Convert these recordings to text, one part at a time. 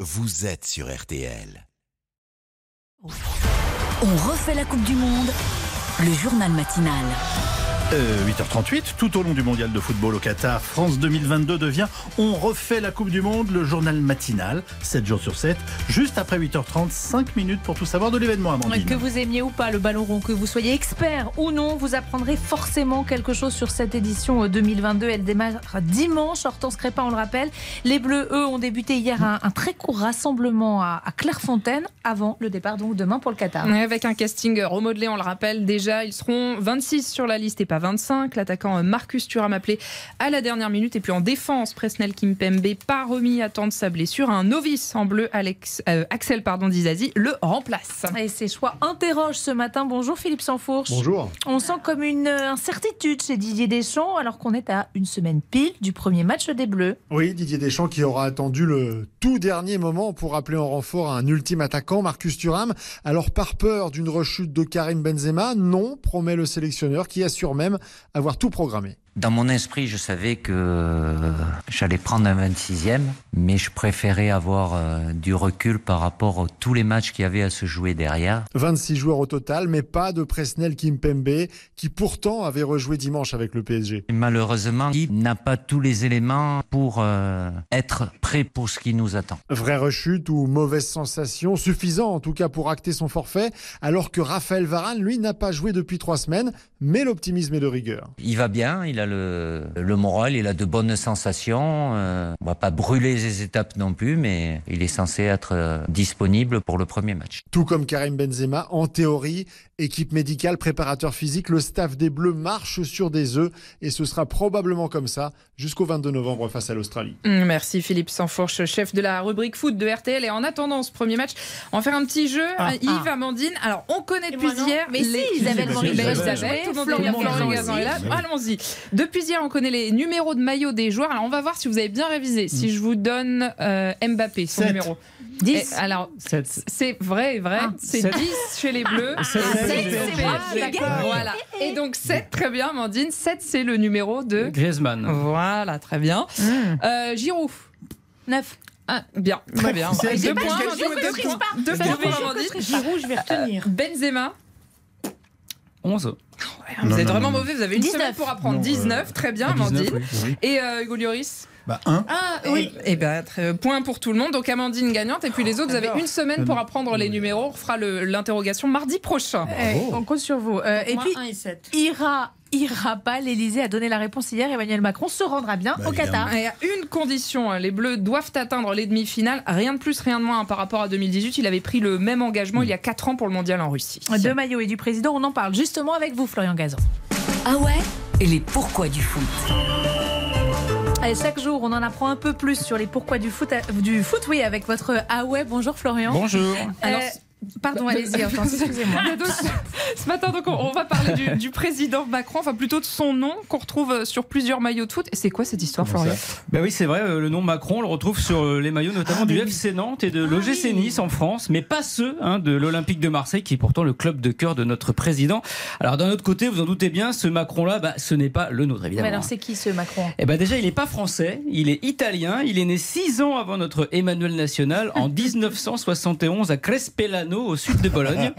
vous êtes sur RTL. On refait la Coupe du Monde, le journal matinal. Euh, 8h38, tout au long du mondial de football au Qatar, France 2022 devient On refait la Coupe du Monde, le journal matinal, 7 jours sur 7, juste après 8h30, 5 minutes pour tout savoir de l'événement, Amandine. Que vous aimiez ou pas le ballon rond, que vous soyez expert ou non, vous apprendrez forcément quelque chose sur cette édition euh, 2022. Elle démarre dimanche, Hortense Crépin, on le rappelle. Les Bleus, eux, ont débuté hier un, un très court rassemblement à, à Clairefontaine avant le départ, donc demain pour le Qatar. Ouais, Avec un casting euh, remodelé, on le rappelle déjà, ils seront 26 sur la liste et pas 25. L'attaquant euh, Marcus Thuram appelé à la dernière minute. Et puis en défense, Presnel Kimpembe, pas remis à temps de sa blessure. Un novice en bleu, Alex, euh, Axel pardon, Dizazi, le remplace. Et ses choix interrogent ce matin. Bonjour Philippe Sansfourche. Bonjour. On sent comme une euh, incertitude chez Didier Deschamps, alors qu'on est à une semaine pile du premier match des Bleus. Oui, Didier Deschamps qui aura attendu le tout dernier moment pour appeler en renfort un ultime attaquant, Marcus Thuram. Alors par peur d'une rechute de Karim Benzema, non, promet le sélectionneur qui assure même avoir tout programmé. Dans mon esprit, je savais que euh, j'allais prendre un 26e, mais je préférais avoir euh, du recul par rapport à tous les matchs qu'il y avait à se jouer derrière. 26 joueurs au total, mais pas de Presnel Kimpembe, qui pourtant avait rejoué dimanche avec le PSG. Et malheureusement, il n'a pas tous les éléments pour euh, être prêt pour ce qui nous attend. Vraie rechute ou mauvaise sensation, suffisant en tout cas pour acter son forfait, alors que Raphaël Varane, lui, n'a pas joué depuis trois semaines, mais l'optimisme est de rigueur. Il va bien, il a le, le moral, il a de bonnes sensations. euh, on va pas brûler les étapes non plus, mais il est censé être euh, disponible pour le premier match. Tout comme Karim Benzema, en théorie, équipe médicale, préparateur physique, le staff des Bleus marche sur des œufs et ce sera probablement comme ça jusqu'au 22 novembre face à l'Australie. Hum, Merci Philippe Sanfourche, chef de la rubrique foot de RTL. Et en attendant ce premier match, on va faire un petit jeu. Ah, hein, Yves, ah. Amandine, alors on connaît depuis moi, non. hier. Mais si, Isabelle Ben, Morin- Isabelle, Isabelle, Isabelle, tout le monde Florian le connaît. Florian Gazan est là. Oui. Allons-y. Depuis hier, on connaît les numéros de maillot des joueurs. Alors on va voir si vous avez bien révisé. Si je vous donne euh, Mbappé, son Sept. numéro. Eh, 10. alors, Sept. c'est vrai, vrai. Ah. c'est Sept. 10 chez les Bleus. Sept, Ah, c'est sept, le c'est PSG. vrai. D'accord. Voilà. Et donc 7, très bien, Amandine. 7, c'est le numéro de. Griezmann. Voilà, très bien. Euh, Giroud. 9. Ah, bien, très bien. C'est- Deux c'est pas- points, je deux triche points, pas. deux points pour Amandine. Giroud, je vais retenir. Benzema, 11. Ouais, vous Non, êtes non, vraiment non. mauvais, vous avez une 19. semaine pour apprendre. Non, euh, 19, très bien, Amandine. Et euh, Hugo Lloris Bah, un. Ah oui. Et, ben, très- point pour tout le monde. Donc Amandine gagnante. Et puis les autres, vous avez une semaine Euh, pour apprendre les numéros. On fera le- l'interrogation mardi prochain. on compte sur vous. Euh, et puis, ira, ira pas. L'Elysée a donné la réponse hier. Emmanuel Macron se rendra bien Bah, au Qatar. Et à une condition, hein, les Bleus doivent atteindre les demi-finales. Rien de plus, rien de moins hein, par rapport à 2018. Il avait pris le même engagement il y a 4 ans pour le mondial en Russie. De maillot et du président, on en parle justement avec vous, Florian Gazan. Ah ouais Et les pourquoi du foot Allez, chaque jour, on en apprend un peu plus sur les pourquoi du foot, du foot oui, avec votre Ah ouais, bonjour Florian. Bonjour. Alors, Euh, pardon, allez-y, Hortense, excusez-moi. Il y a d'autres- Ce matin, donc, on- on va parler du, du président Macron, enfin plutôt de son nom qu'on retrouve euh, sur plusieurs maillots de foot. Et c'est quoi cette histoire, Comment Florian Ben oui, c'est vrai, euh, le nom Macron, on le retrouve sur euh, les maillots notamment Ah, du FC Nantes et de l'OGC Nice en France, mais pas ceux hein, de l'Olympique de Marseille, qui est pourtant le club de cœur de notre président. Alors d'un autre côté, vous en doutez bien, ce Macron-là, bah, ce n'est pas le nôtre, évidemment. hein. Mais alors, c'est qui ce Macron Eh ben déjà, il n'est pas français, il est italien, il est né six ans avant notre Emmanuel National, en 1971 à Crespellano, au sud de Bologne.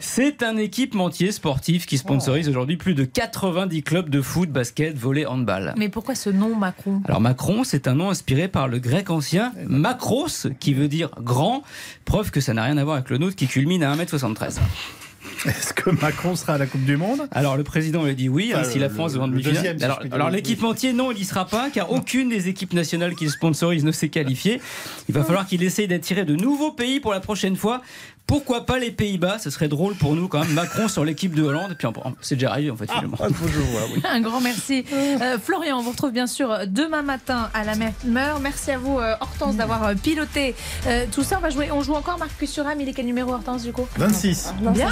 C'est un équipementier sportif qui Oh. sponsorise aujourd'hui plus de 90 clubs de foot, basket, volley, handball. Mais pourquoi ce nom Macron Alors Macron, c'est un nom inspiré par le grec ancien Eh ben. Macros, qui veut dire grand, preuve que ça n'a rien à voir avec le nôtre qui culmine à 1m73. Est-ce que Macron sera à la Coupe du Monde Alors le président lui a dit oui, Enfin, hein, si le- la France le- va en le demi-finale. deuxième, si alors je puis dire. alors, l'équipementier, non, il n'y sera pas, car aucune des équipes nationales qu'il sponsorise ne s'est qualifiée. Il va falloir qu'il essaye d'attirer de nouveaux pays pour la prochaine fois. Pourquoi pas les Pays-Bas Ce serait drôle pour nous quand même. Macron sur l'équipe de Hollande, et puis on- c'est déjà arrivé en Ah, fait finalement. Un grand merci. Euh, Florian, on vous retrouve bien sûr demain matin à la même heure. Merci à vous, euh, Hortense, d'avoir euh, piloté euh, tout ça. On va jouer. On joue encore Marcus Thuram. Il est quel numéro, Hortense, du coup 26. Bien